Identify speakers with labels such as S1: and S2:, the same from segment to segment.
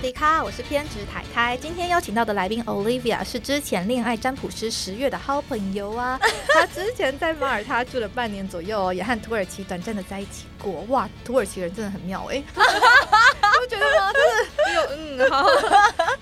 S1: 迪卡，我是偏执凯凯。今天邀请到的来宾 Olivia 是之前恋爱占卜师十月的好朋友啊。她之前在马耳他住了半年左右哦，也和土耳其短暂的在一起过。哇，土耳其人真的很妙哎、
S2: 不觉得吗？真的有嗯，好，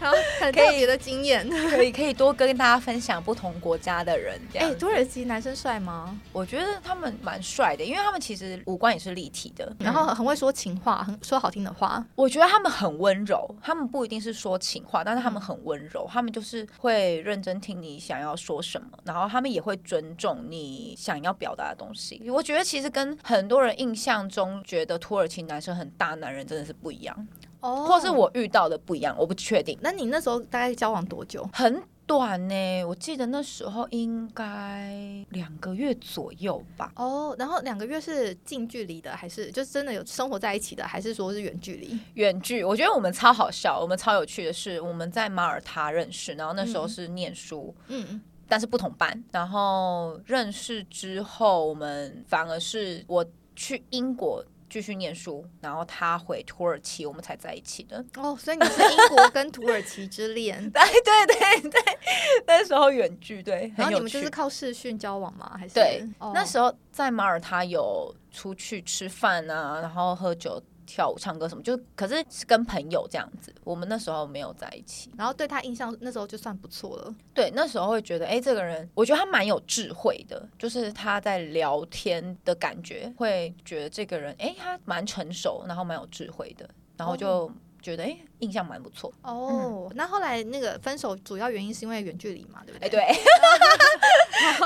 S2: 好，很特别的经验。
S3: 可以可以多跟大家分享不同国家的人。这
S1: 哎、
S3: 样
S1: 土耳其男生帅吗？
S3: 我觉得他们蛮帅的，因为他们其实五官也是立体的。
S1: 然后很会说情话，很说好听的话。
S3: 我觉得他们很温柔，他们不一定是说情话，但
S1: 嗯
S3: 是他们很温柔，他们就是会认真听你想要说什么，然后他们也会尊重你想要表达的东西。我觉得其实跟很多人印象中觉得土耳其男生很大男人真的是不一样，
S1: 哦
S3: 或是，我遇到的不一样，我不确定。
S1: 那你那时候大概交往多久？
S3: 很短呢、我记得那时候应该两个月左右吧。
S1: 哦，然后两个月是近距离的，还是就是真的有生活在一起的，还是说是远距离？
S3: 远距，我觉得我们超好笑，我们超有趣的是，我们在马耳他认识，然后那时候
S1: 嗯
S3: 是念书，
S1: 嗯，
S3: 但是不同班。然后认识之后，我们反而是我去英国继续念书，然后他回土耳其，我们才在一起的。，
S1: 哦，所以你是英国跟土耳其之恋
S3: 对对对对，那时候远距，对，
S1: 然
S3: 很
S1: 后你
S3: 有
S1: 们就
S3: 趣
S1: 是。靠视讯交往吗？还是
S3: 对，
S1: 哦
S3: 那时候在马耳他有出去吃饭啊，然后喝酒、跳舞、唱歌什么，就可是是跟朋友这样子。我们那时候没有在一起。
S1: 然后对他印象那时候就算不错了。
S3: 对，那时候会觉得，哎、这个人，我觉得他蛮有智慧的，就是他在聊天的感觉，会觉得这个人，哎、他蛮成熟，然后蛮有智慧的，然后就觉得，哎、印象蛮不错。
S1: 哦，那后来那个分手主要原因是因为远距离嘛，对不
S3: 哎、
S1: 对？
S3: 对，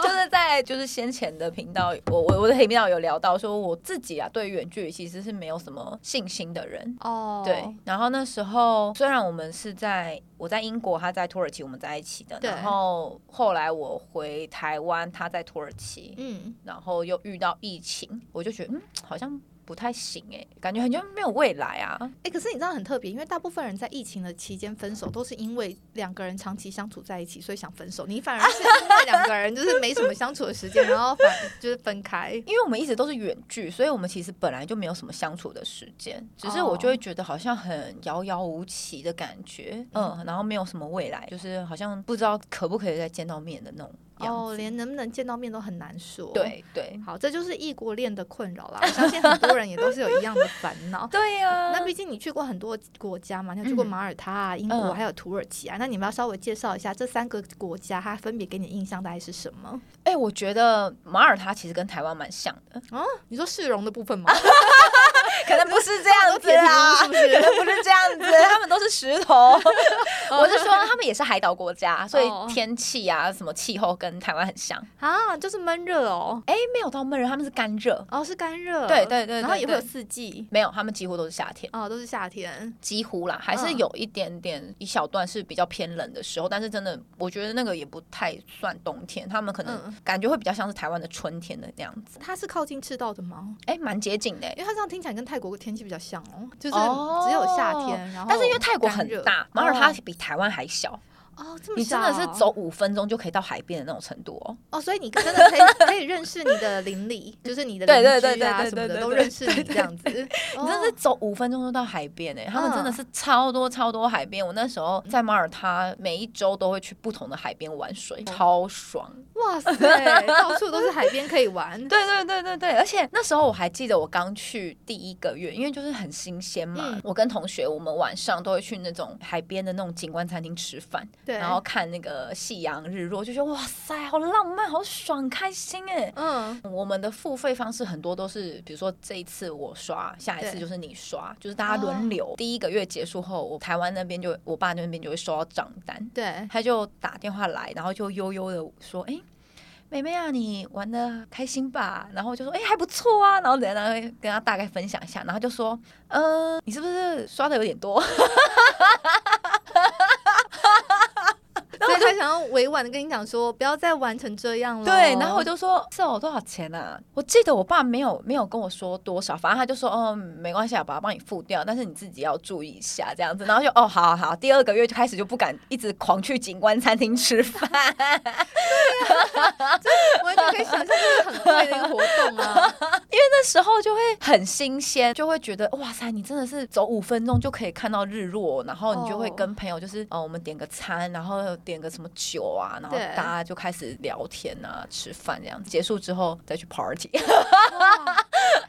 S3: 就是在就是先前的频道，我我我的频道有聊到说，我自己啊对远距离其实是没有什么信心的人。
S1: 哦，
S3: 对，然后那时候虽然我们是在我在英国，他在土耳其，我们在一起的。
S1: 对
S3: 然后后来我回台湾，他在土耳其，
S1: 嗯，
S3: 然后又遇到疫情，我就觉得嗯，好像不太行哎、感觉好像没有未来啊。
S1: 哎、可是你知道很特别，因为大部分人在疫情的期间分手，都是因为两个人长期相处在一起，所以想分手。你反而是因为两个人就是没什么相处的时间，然后反就是分开。
S3: 因为我们一直都是远距，所以我们其实本来就没有什么相处的时间，只是我就会觉得好像很遥遥无期的感觉，
S1: 哦
S3: 嗯，然后没有什么未来，就是好像不知道可不可以再见到面的那种样子。
S1: 哦，连能哦不能见到面都很难说。，
S3: 对对。
S1: 好，这就是异国恋的困扰啦。我相信很多人也都是有一样的烦恼
S3: 对呀、
S1: 那毕竟你去过很多国家嘛，你有去过
S3: 嗯
S1: 马耳他、啊、英国
S3: 嗯
S1: 还有土耳其啊，那你们要稍微介绍一下这三个国家，它分别给你的印象大概是什 么？
S3: 哎、我觉得马耳他其实跟台湾蛮像的，
S1: 你说市容的部分吗？
S3: 可能不是 这样子啦，
S1: 是不是？
S3: 可能不是这样子， 他们都是石 头。我是说，他们也是海岛国家，所
S1: 哦
S3: 以天气啊，什么气候跟台湾很像。
S1: 啊，就是闷热哦，
S3: 哎、没有到闷热，他们是干热，
S1: 哦是干热，
S3: 对对对
S1: 然后
S3: 对
S1: 也会有
S3: 对
S1: 四季，
S3: 没有，他们几乎都是夏天。
S1: 哦都是夏天，
S3: 几乎啦，还是
S1: 嗯
S3: 有一点点一小段是比较偏冷的时候，但是真的，我觉得那个也不太算冬天，他们可能
S1: 嗯
S3: 感觉会比较像是台湾的春天的那样子，
S1: 它是靠近赤道的吗？
S3: 哎、蛮接近的、
S1: 因为它这样听起来跟泰国的天气比较像哦，就是
S3: 哦
S1: 只有夏天，然后
S3: 但是因为泰国很
S1: 干热
S3: 大，马耳他
S1: 哦
S3: 比台湾还小，
S1: 哦这么
S3: 你真的是
S1: 小
S3: 走五分钟就可以到海边的那种程度哦。
S1: 哦，所以你真的可以可以认识你的邻里，就是你的邻居啊
S3: 对对对对对
S1: 什么的
S3: 对对
S1: 都认识你这样子，哦
S3: 你
S1: 你
S3: 真的是走五分钟就到海边欸诶、他们
S1: 嗯
S3: 真的是超多超多海边。我那时候在马耳他，每一周都会去不同的海边玩水，
S1: 嗯
S3: 超爽。
S1: 哇塞，到处都是海边可以玩。
S3: 对对对对对，而且那时候我还记得我刚去第一个月，因为就是很新鲜嘛，
S1: 嗯
S3: 我跟同学我们晚上都会去那种海边的那种景观餐厅吃饭，
S1: 对，
S3: 然后看那个夕阳日落，就觉得哇塞，好浪漫，好爽，开心欸诶。
S1: 嗯，
S3: 我们的付费方式很多都是，比如说这一次我刷，下一次
S1: 对
S3: 就是你刷，就是大家轮流。第一个月结束后，我台湾那边就我爸那边就会收到账单，
S1: 对，
S3: 他就打电话来，然后就悠悠的说：“哎、妹妹啊，你玩的开心吧？”然后我就说：“哎、还不错啊。”然后等下会跟他大概分享一下，然后就说：“嗯、你是不是刷的有点多？”
S1: 所以他想想要委婉的跟你讲说，不要再玩成这样了。
S3: 对，然后我就说这我多少钱啊？我记得我爸没有没有跟我说多少，反正他就说哦没关系啊，爸爸帮你付掉，但是你自己要注意一下这样子。然后就哦好好好，第二个月就开始就不敢一直狂去景观餐厅吃饭。
S1: 完全可以想象这是很贵的一个活动 啊。
S3: 那时候就会很新鲜，就会觉得哇塞，你真的是走五分钟就可以看到日落，然后你就会
S1: 哦
S3: 跟朋友就是哦、呃我们点个餐，然后点个什么酒啊，然后
S1: 对
S3: 大家就开始聊天啊，吃饭这样。结束之后再去 party，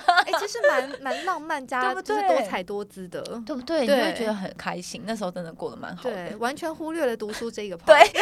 S1: 哎、其实蛮蛮浪漫加，
S3: 对不
S1: 就是
S3: 对
S1: 多彩多姿的。
S3: 对不对？你就
S1: 对
S3: 会觉得很开心。那时候真的过得蛮好
S1: 对，
S3: 的，
S1: 完全忽略了读书这一个 part。
S3: 对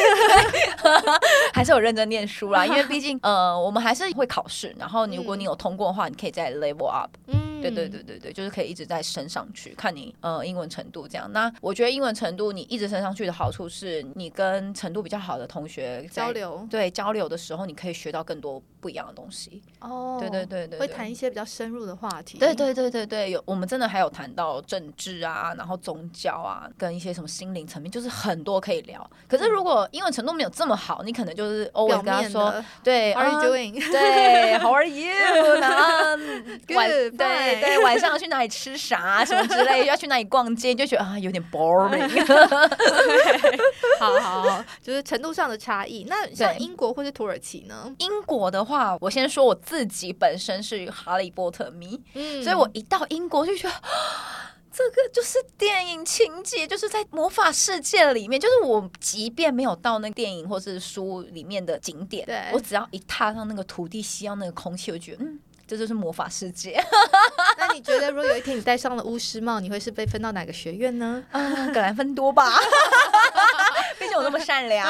S3: 还是有认真念 书啦，因为毕竟呃，我们还是会考试。然后你如果你有通过的话，你可以再 level up。
S1: 嗯
S3: 对对对，对对，就是可以一直在升上去，看你呃英文程度这样。那我觉得英文程度你一直升上去的好处是，你跟程度比较好的同学在
S1: 交，流
S3: 对交流的时候，你可以学到更多不一样的东西。
S1: 哦，
S3: 对对对对，
S1: 会
S3: 对
S1: 谈一些比较深入的话题。
S3: 对对对对对，有我们真的还有谈到政治啊，然后宗教啊，跟一些什么心灵层面，就是很多可以聊。可是如果英文程度没有这么好，你可能就是偶尔
S1: 嗯表
S3: 跟他
S1: 面
S3: 说，
S1: 的
S3: 对
S1: Are you
S3: 啊
S1: doing？
S3: 对，How are you？然后啊 晚
S1: Good,
S3: 对
S1: bye
S3: 对，晚上要去哪里吃啥什么之类，要去哪里逛街，就觉得啊有点 boring。
S1: 好好好，就是程度上的差异。那像
S3: 对
S1: 英国或是土耳其呢？
S3: 英国的话，我先说我自己本身是哈利波特迷，
S1: 嗯
S3: 所以我一到英国就觉得。啊这个就是电影情节，就是在魔法世界里面，就是我即便没有到那个电影或是书里面的景点
S1: 对，
S3: 我只要一踏上那个土地，吸到那个空气，我就觉得嗯，这就是魔法世界。
S1: 那你觉得，如果有一天你戴上了巫师帽，你会是被分到哪个学院 呢？
S3: 啊，葛兰芬多吧， 毕竟我那么善良。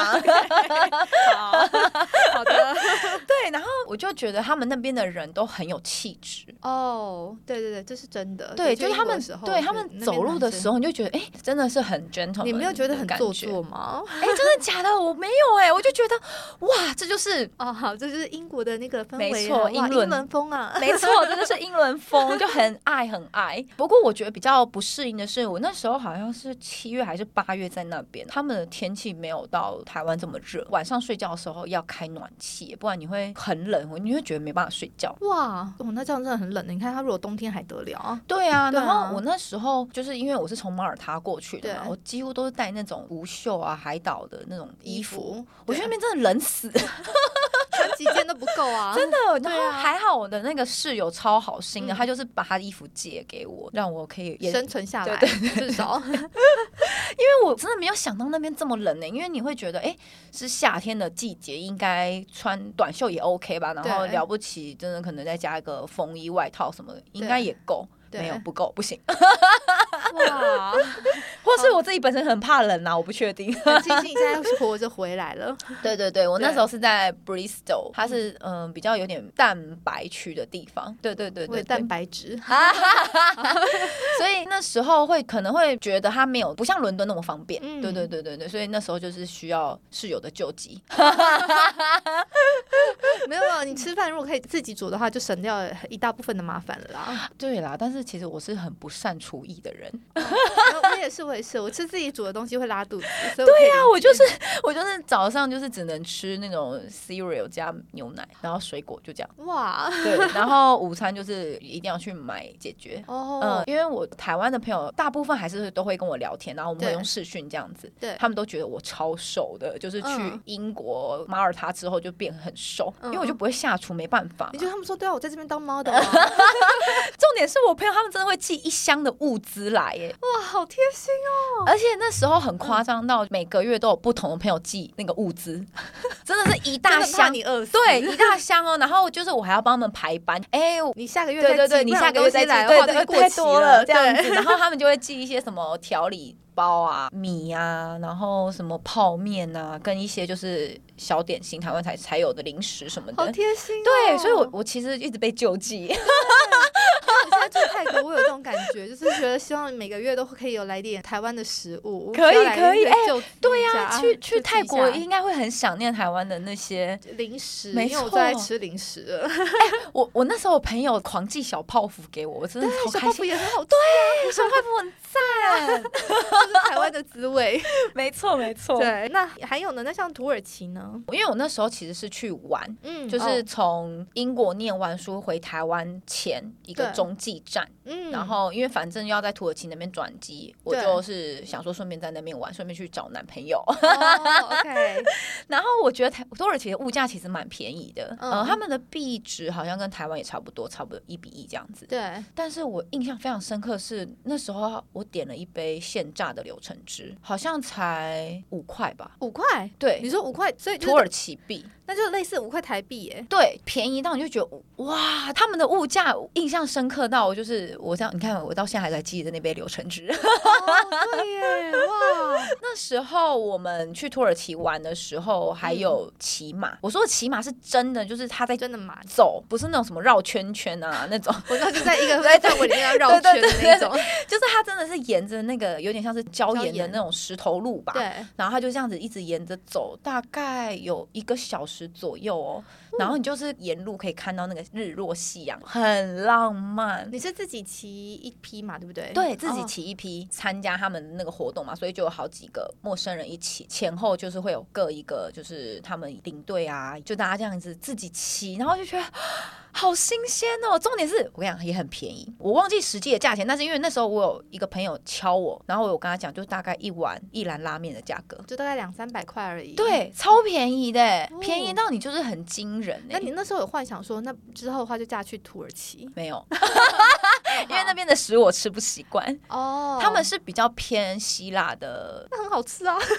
S4: 好好的，
S3: 对，然后我就觉得他们那边的人都很有气质。
S1: 哦，对对对，这是真的。
S3: 对，
S1: 的确
S3: 就是他
S1: 英国
S3: 们
S1: 的时候，
S3: 对他们走路的时
S1: 候，
S3: 候，你就觉得哎、诶真的是很 gentleman。
S1: 你没有觉得很做作？吗？
S3: 哎、真的假的？我没有哎、我就觉得哇，这就是
S1: 哦，好，这就是英国的那个氛围啊，
S3: 没错
S1: 哇
S3: 英
S1: 英
S3: 伦
S1: 伦风 啊。
S3: 没错，真的是英伦风，就很爱很爱。不过我觉得比较不适应的是，我那时候好像是七月还是八月在那边，他们的天气没有到台湾这么热，晚上睡觉的时候要开暖气，不然你会很冷，你会觉得没办法睡觉。
S1: 哇，哦，那这样真的很冷。你看，它如果冬天还得了啊？
S3: 对啊，
S1: 对
S3: 然
S1: 啊
S3: 后我那时候就是因为我是从马耳他过去的嘛，
S1: 对
S3: 我几乎都是带那种无袖啊、海岛的那种衣
S1: 衣
S3: 服。
S1: 服，
S3: 我觉得那边真的冷 死，真
S1: 穿几件都不够啊。 真的，
S3: 的。然
S1: 对啊
S3: 后还好我的那个室友超好心的，
S1: 嗯
S3: 他就是把他的衣服借给我，让我可以也
S1: 生存下来，
S3: 对
S1: 至少
S3: 因为我真的没有想到那边这么冷呢、因为你会觉得，哎、是夏天的季节，应该穿短袖也 OK 吧？然后
S1: 对
S3: 了不起，真的可能再加一个风衣、外套什么的，应该也够。
S1: 对
S3: 没有不够，不 行。
S1: 哇，
S3: 或是我自己本身很怕冷啊，我不确定。
S1: 很庆幸你现在是活着回来 了。
S3: 对对对，我那
S1: 对
S3: 时候是在 Bristol，它是嗯、比较有点蛋白区的地方。对对对
S1: 我
S3: 对
S1: 有
S3: 对
S1: 蛋白 质，
S3: 所以那时候会可能会觉得它没有不像伦敦那么方便。
S1: 嗯
S3: 对对对对对，所以那时候就是需要室友的救济。
S1: 没有没有，你吃饭如果可以自己煮的话，就省掉一大部分的麻烦了 啦。
S3: 对啦，但是其实我是很不善厨艺的人。
S1: 没有我也是，我也是，我吃自己煮的东西会拉肚子，所以对呀
S3: 那啊我就是 我就是早上就是只能吃那种 cereal 加牛奶，然后水果就这样。
S1: 哇
S3: 对，然后午餐就是一定要去买解决。 嗯
S1: 哦，，
S3: 因为我台湾的朋友大部分还是都会跟我聊天，然后我们会
S1: 对
S3: 用视讯这样子，
S1: 对
S3: 他们都觉得我超瘦的，就是去
S1: 嗯
S3: 英国马耳他之后就变很瘦，
S1: 嗯
S3: 因为我就不会下厨，没办法嘛。
S1: 你觉得他们说对啊，我在这边当 model，啊
S3: 重点是我朋友他们真的会寄一箱的物资来耶，
S1: 哇，好贴心哦。
S3: 而且那时候很夸张到每个月都有不同的朋友寄那个物 资，真的是一大
S1: 真的怕
S3: 箱，
S1: 你饿死，
S3: 对，一大箱哦。然后就是我还要帮他们排班，哎、我
S1: 你下个月
S3: 对对
S1: 再寄
S3: 对，你
S1: 不然
S3: 下个月
S1: 东
S3: 再
S1: 西来
S3: 寄
S1: 的话，都
S3: 对对
S1: 会
S3: 对，
S1: 过
S3: 太
S1: 期
S3: 多了这样
S1: 对
S3: 子，然后他们就会寄一些什么调理包啊、米啊，然后什么泡面啊，跟一些就是小点心，台湾才才有的零食什么
S1: 好
S3: 的。
S1: 贴心哦。
S3: 对，所以我我其实一直被救济，
S1: 我现在住泰国，我有这种感觉，就是觉得希望每个月都可以有来点台湾的食物，
S3: 可
S1: 不
S3: 以
S1: 要来
S3: 可以
S1: 那个
S3: 哎
S1: 救济一
S3: 对呀、
S1: 下
S3: 去去泰国
S1: 救啊济一
S3: 应该会很想念台湾的那些。
S1: 下零食，
S3: 没
S1: 因为我
S3: 错
S1: 最爱吃零食了，
S3: 我我那时候我朋友狂 寄小泡芙给我，我真的超
S1: 小
S3: 开
S1: 泡芙
S3: 心。
S1: 也很好吃。
S3: 小泡芙很赞，
S1: 啊 就是台湾的滋味。
S3: 没错没错
S1: 对，
S5: 那还有呢？那像土耳其呢？
S3: 因为我那时候其实是去玩，
S1: 嗯
S3: 就是从英国念完书回台湾前一个
S1: 对
S3: 中继站，
S1: 嗯
S3: 然后因为反正要在土耳其那边转机，我
S1: 对
S3: 就是想说顺便在那边玩，顺便去找男朋友。
S1: 哦 OK，
S3: 然后我觉得台土耳其的物价其实蛮便宜的，
S1: 嗯
S3: 呃，他们的币值好像跟台湾也差不多，差不多一比一这样子。
S1: 对，
S3: 但是我印象非常深刻是那时候我点了一杯现榨的柳橙汁，好像才五块吧。
S1: 五块。你
S3: 对，
S1: 说五块，所以就是
S3: 土耳其币，
S1: 那就类似五块台币 耶。
S3: 对，便宜到你就觉得哇，他们的物价印象深刻到我就是我这样，你看我到现在还在记得那杯柳橙汁。
S1: 哦，对耶，哇，
S3: 那时候我们去土耳其玩的时候，还有
S1: 嗯
S3: 骑马。我说的骑马是真的，就是他 在
S1: 真的麻
S3: 走，不是那种什么绕圈圈啊那种，
S1: 我知道就在一个在在我里面要绕圈的那种，
S3: 就是他真的是沿着那个有点像是礁岩的那种石头路吧。
S1: 对，
S3: 然后他就这样子一直沿着走，大概有一个小时左右哦。然后你就是沿路可以看到那个日落夕阳，很浪漫。嗯
S1: 你是自己骑一匹马，对不对？
S3: 对自己
S1: 哦，
S3: 骑一批参加他们那个活动嘛，所以就有好几个陌生人一起，前后就是会有各一个，就是他们领队啊，就大家这样子自己骑，然后就觉得。好新鲜哦！重点是我跟你讲，也很便宜，我忘记实际的价钱，但是因为那时候我有一个朋友敲我，然后我有跟他讲，就大概一碗一兰拉面的价格，
S1: 就大概两三百块而已。。
S3: 对，超便宜的
S1: 哦，
S3: 便宜到你就是很惊人欸。
S1: 那你那时候有幻想说，那之后的话就嫁去土耳其，
S3: 没 有？因为那边的食我吃不习惯，
S1: 哦
S3: 他们是比较偏希腊的啊
S1: 那很好吃 啊，
S3: 真的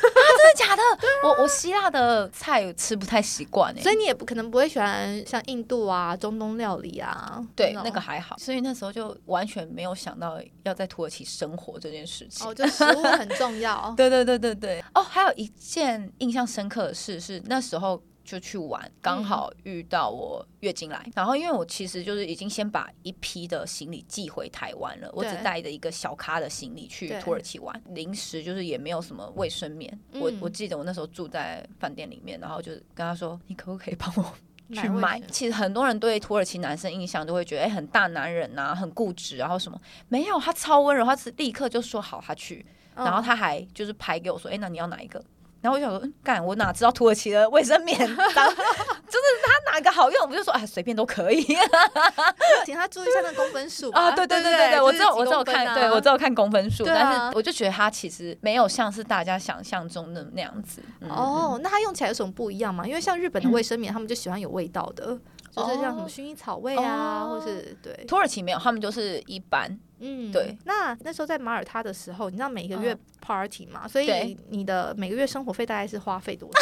S3: 假的？我我希腊的菜吃不太习惯哎，
S1: 所以你也不可能不会喜欢像印度啊、中东料理啊，
S3: 对
S1: 种
S3: 那个还好，所以那时候就完全没有想到要在土耳其生活这件事情。
S1: 哦，就食物很重 要。
S3: 对对对对对。哦，还有一件印象深刻的事是那时候。就去玩，刚好遇到我月经来，然后因为我其实就是已经先把一批的行李寄回台湾了，我只
S1: 对
S3: 带着一个小咖的行李去
S1: 对
S3: 土耳其玩，零食就是也没有什么卫生棉，我
S1: 嗯
S3: 我记得我那时候住在饭店里面，然后就跟他说，你可不可以帮我去
S1: 卫
S3: 买
S1: 生。
S3: 其实很多人对土耳其男生印象都会觉得，哎、很大男人呐、很固执，然后什么没有，他超温柔，他是立刻就说好他去，然后
S1: 嗯
S3: 他还就是拍给我说，哎、那你要哪一个？然后我就想说，嗯干、我哪知道土耳其的卫生棉，当 就是他哪个好用，我就说啊，随便都可以
S1: 请他注意一下那个公分数吧
S3: 啊。对对对对对，我只有我只有
S1: 啊
S3: 看，对我只。有看公分数，
S1: 对啊
S3: 但是我就觉得他其实没有像是大家想象中的那样子。嗯、
S1: 哦，那它用起来有什么不一样吗？因为像日本的卫生棉，他们就喜欢有味道的，就是像什么
S3: 哦
S1: 薰衣草味啊，
S3: 哦
S1: 或是对，
S3: 土耳其没有，他们就是一般
S1: 嗯
S3: 对。
S1: 那那时候在马耳他的时候，你知道每个月
S3: 嗯
S1: party 嘛，所以
S3: 对
S1: 你的每个月生活费大概是花费多 少？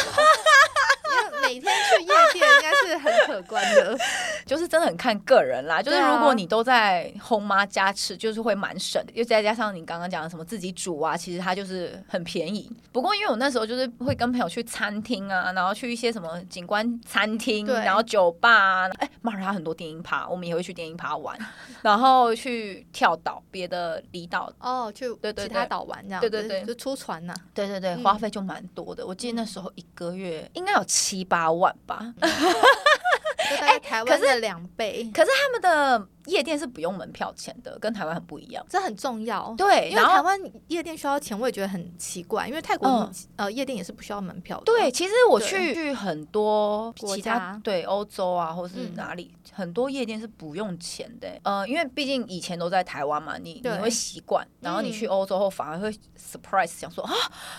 S1: 因为每天去夜店应该是很可观 的，
S3: 就是真的很看个人啦，就是
S1: 对啊
S3: 如果你都在轰妈家吃，就是会蛮省的，又再加上你刚刚讲的什么自己煮啊，其实它就是很便宜。不过因为我那时候就是会跟朋友去餐厅啊，然后去一些什么景观餐厅，
S1: 对
S3: 然后酒吧啊，哎，马耳他很多电音趴，我们也会去电音趴玩，然啊后去跳岛，别的离岛，
S1: 哦，去
S3: 对对
S1: 其他
S3: 对
S1: 岛玩这样，
S3: 对对对
S1: 就出船呐、
S3: 对对对，
S1: 嗯
S3: 花费就蛮多的。我记得那时候一个月应该有七八万吧，
S1: 就大概台湾的两倍，
S3: 哎可是他们的夜店是不用门票钱的，跟台湾很不一样。
S1: 这很重要。
S3: 对，
S1: 因为
S3: 然后
S1: 台湾夜店需要钱，我也觉得很奇怪，因为泰国、
S3: 嗯
S1: 呃夜店也是不需要门票的。
S3: 对，，其实我
S1: 对
S3: 去去很多
S1: 国
S3: 其
S1: 家
S3: 他对欧洲啊，或是
S1: 嗯
S3: 哪里、很多夜店是不用钱的、呃，因为毕竟以前都在台湾嘛，你你
S1: 对嗯
S3: 会习惯，然后你去欧洲后反而会 surprise 想说啊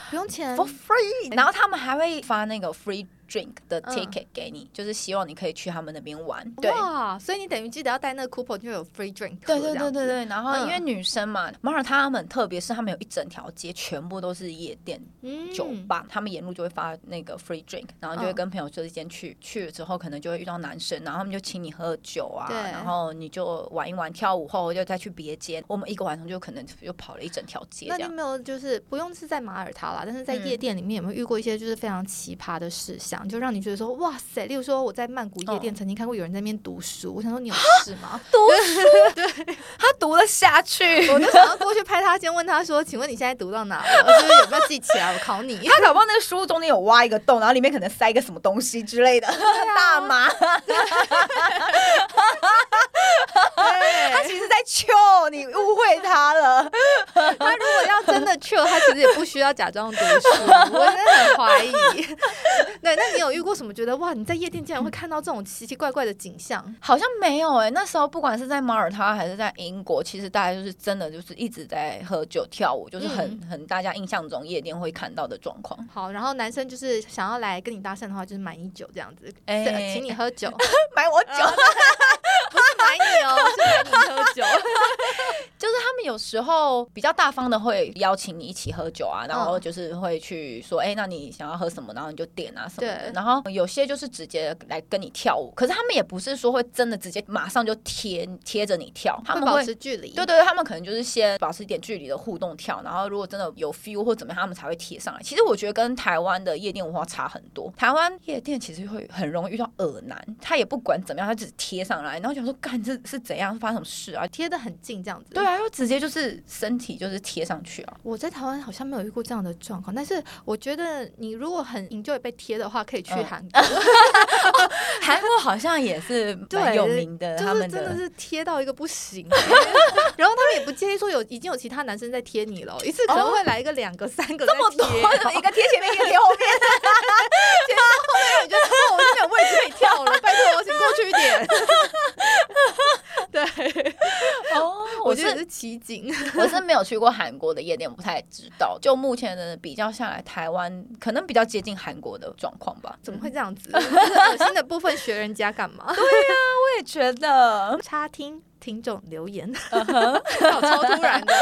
S1: 不用钱
S3: for free，然后他们还会发那个 free drink 的
S1: 嗯
S3: ticket 给你，就是希望你可以去他们那边玩。对。
S1: 哇，所以你等于记得要带那个 coupon 就有 free drink
S3: 对
S1: 了这
S3: 对对
S1: 样
S3: 对
S1: 子，
S3: 对，然后因为
S1: 嗯
S3: 女生嘛，马耳他们特别是他们有一整条街全部都是夜店
S1: 嗯
S3: 酒吧，他们沿路就会发那个 free drink，然后就会
S1: 嗯
S3: 跟朋友之间去，去了之后可能就会遇到男生，然后他们就请你喝酒啊，
S1: 对
S3: 然后你就玩一玩，跳舞后就再去别间，我们一个晚上就可能就跑了一整条街
S1: 那你
S3: 这
S1: 有
S3: 样。
S1: 没有就是不用是在马耳他啦，但是在夜
S3: 嗯
S1: 店里面有没有遇过一些就是非常奇葩的事项，就让你觉得说哇塞？例如说我在曼谷夜店
S3: 嗯
S1: 曾经看过有人在那边读书，我想说你有事 吗？
S3: 读书，对，他读了下去，
S1: 我就想要过去拍他肩，问他说：“请问你现在读到哪了？就是有没有记起来？我考你。”
S3: 他搞不好那个书中间有挖一个洞，然后里面可能塞一个什么东西之类的，大麻，
S1: 啊 对
S3: 其实在 c 你误会他了。
S1: 啊他如果要真的个 t r i l 他其实也不需要假装读书，我真的很怀疑。 对，那你有遇过什么觉得哇，你在夜店竟然
S3: 嗯
S1: 会看到这种奇奇怪怪的景象？
S3: 好像没有哎、那时候不管是在马耳他还是在英国，其实大家就是真的就是一直在喝酒跳舞，就是很、很大家印象中夜店会看到的状况。
S1: 好，然后男生就是想要来跟你搭讪的话，就是买你酒这样子，
S3: 哎
S1: 是请你喝酒，
S3: 买我酒，
S1: 不是买你哦，是买你喝 酒。
S3: 就是他们有时候比较大方的会邀请你一起喝酒啊，然后就是会去说，哎、那你想要喝什么，然后你就点啊什么的
S1: 对。
S3: 然后有些就是直接来跟你跳舞，可是他们也不是说会真的直接马上就贴贴着你跳，他们
S1: 保
S3: 会
S1: 持距离，
S3: 对对对，他们可能就是先保持一点距离的互动跳，然后如果真的有 feel 或怎么样，他们才会贴上来。其实我觉得跟台湾的夜店文化差很多，台湾夜店其实会很容易遇到耳男，他也不管怎么样，他只贴上来，然后想说干这是怎样发生什么事啊？
S1: 贴的很近这样子。
S3: 对啊，又直接就是身体就是贴上去啊。
S1: 我在台湾好像没有遇过这样的状况，但是我觉得你如果很 enjoy 被贴的话，可以去
S3: 嗯
S1: 韩国，
S3: 韩国好像也是蛮
S1: 对
S3: 有名的，他
S1: 就是
S3: 们
S1: 真的
S3: 的。
S1: 是贴到一个不行，欸 然后他们也不介意说有已经有其他男生在贴你了，一次可能会来一个、两个、三 个在
S3: 这么多
S1: 贴，
S3: 一个贴前面，一个贴后面，
S1: 我觉得 我这边有位置可以跳了，拜托我请过去一 点。对，
S3: 哦，
S1: 我
S3: 是
S1: 觉得是奇景，
S3: 我是没有去过韩国的夜店，不太知道。就目前的比较下来，台湾可能比较接近韩国的状况吧。
S1: 怎么会这样子？ 恶心的部分学人家干嘛？
S3: 我也觉得，
S1: 插听听众留言，Uh-huh，好超突然的。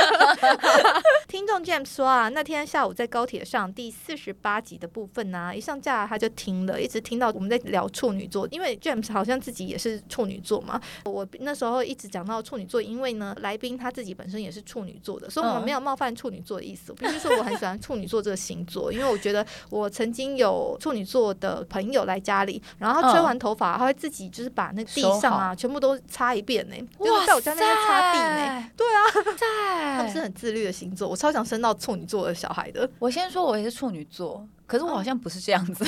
S1: 听众 James 说啊，那天下午在高铁上第四十八集的部分呢、啊一上架他就听了，一直听到我们在聊处女座，因为 James 好像自己也是处女座嘛。我那时候一直讲到处女座，因为呢，来宾他自己本身也是处女座的，所以我们
S3: 嗯
S1: 没有冒犯处女座的意思。我必须说，我很喜欢处女座这个星座，因为我觉得我曾经有处女座的朋友来家里，然后他吹
S3: 嗯
S1: 完头发，他会自己就是把那个地
S3: 收
S1: 上
S3: 好
S1: 啊全部都擦一遍呢、就是在我家那边擦地呢、
S3: 对 啊，在。
S1: 他们是很自律的星座，我超想生到处女座的小孩的。
S3: 我先说，我也是处女座，可是我好像不是这样 子。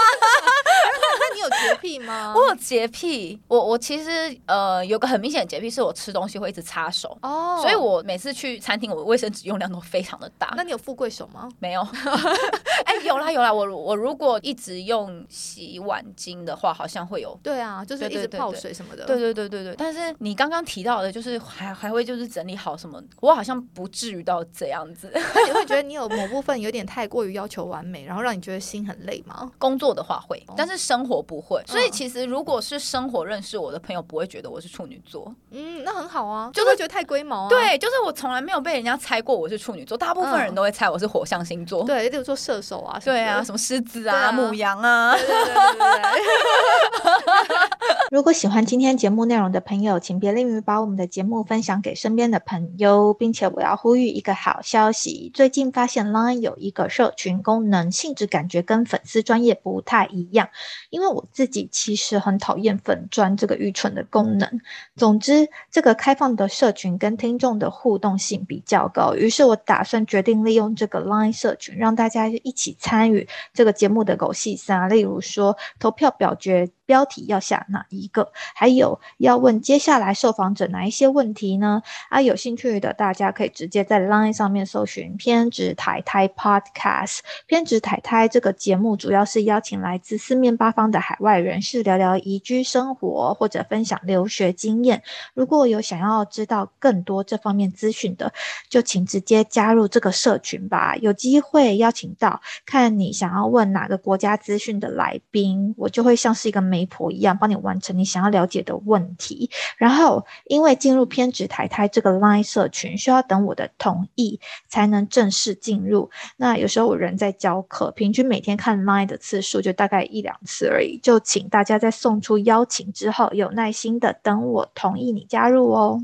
S1: 那你有洁癖吗？
S3: 我有洁癖，我我其实呃有个很明显的洁癖，是我吃东西会一直擦手，
S1: 哦，
S3: 所以我每次去餐厅，我卫生纸用量都非常的大。
S1: 那你有富贵手吗？
S3: 没有， 哎、有啦有啦，我我如果一直用洗碗巾的话，好像会有
S1: 对啊，就是一
S3: 对
S1: 直
S3: 对对
S1: 泡
S3: 对
S1: 水什么的。
S3: 对对对对对，但是你刚刚提到的，就是还还会就是整理好什么，我好像不至于到这样子。
S1: 那你会觉得你有某部分有点太过于要求完美， 然后让你觉得心很累吗？
S3: 工作的话会
S1: 哦，
S3: 但是生活不会。所以
S1: 嗯
S3: 其实如果是生活认识我的朋友，不会觉得我是处女座。
S1: 嗯，那很好啊，
S3: 就
S1: 就是会觉得太龟毛啊。
S3: 对，就是我从来没有被人家猜过我是处女座，大部分人
S1: 嗯
S3: 都会猜我是火象星座。
S1: 对，例如说射手啊什么的，
S3: 对 啊，什么狮子
S1: 对啊
S3: 啊、母羊啊。
S1: 对对对对对。
S5: 如果喜欢今天节目内容的朋友，请别吝于把我们的节目分享给身边的朋友，并且我要呼吁一个好消息：最近发现 Line 有一个社群功能，性质感觉跟粉丝专业不太一样。因为我自己其实很讨厌粉专这个愚蠢的功能。总之，这个开放的社群跟听众的互动性比较高，于是我打算决定利用这个 Line 社群，让大家一起参与这个节目的狗戏三，例如说投票表决标题要下哪一个，还有要问接下来受访者哪一些问题呢？啊，有兴趣的大家可以直接在 Line 上面搜寻“偏执台台 Podcast”。偏执太太这个节目主要是邀请来自四面八方的海外人士聊聊移居生活或者分享留学经验。如果有想要知道更多这方面资讯的，就请直接加入这个社群吧。有机会邀请到看你想要问哪个国家资讯的来宾，我就会像是一个媒婆一样，帮你完成你想要了解的问题。然后，因为进入偏执太太这个 Line 社群，需要等我的同意才能正式进入。那有时候我人在教课，平均每天看 Line 的次数就大概一两次而已，就请大家在送出邀请之后，有耐心的等我同意你加入哦。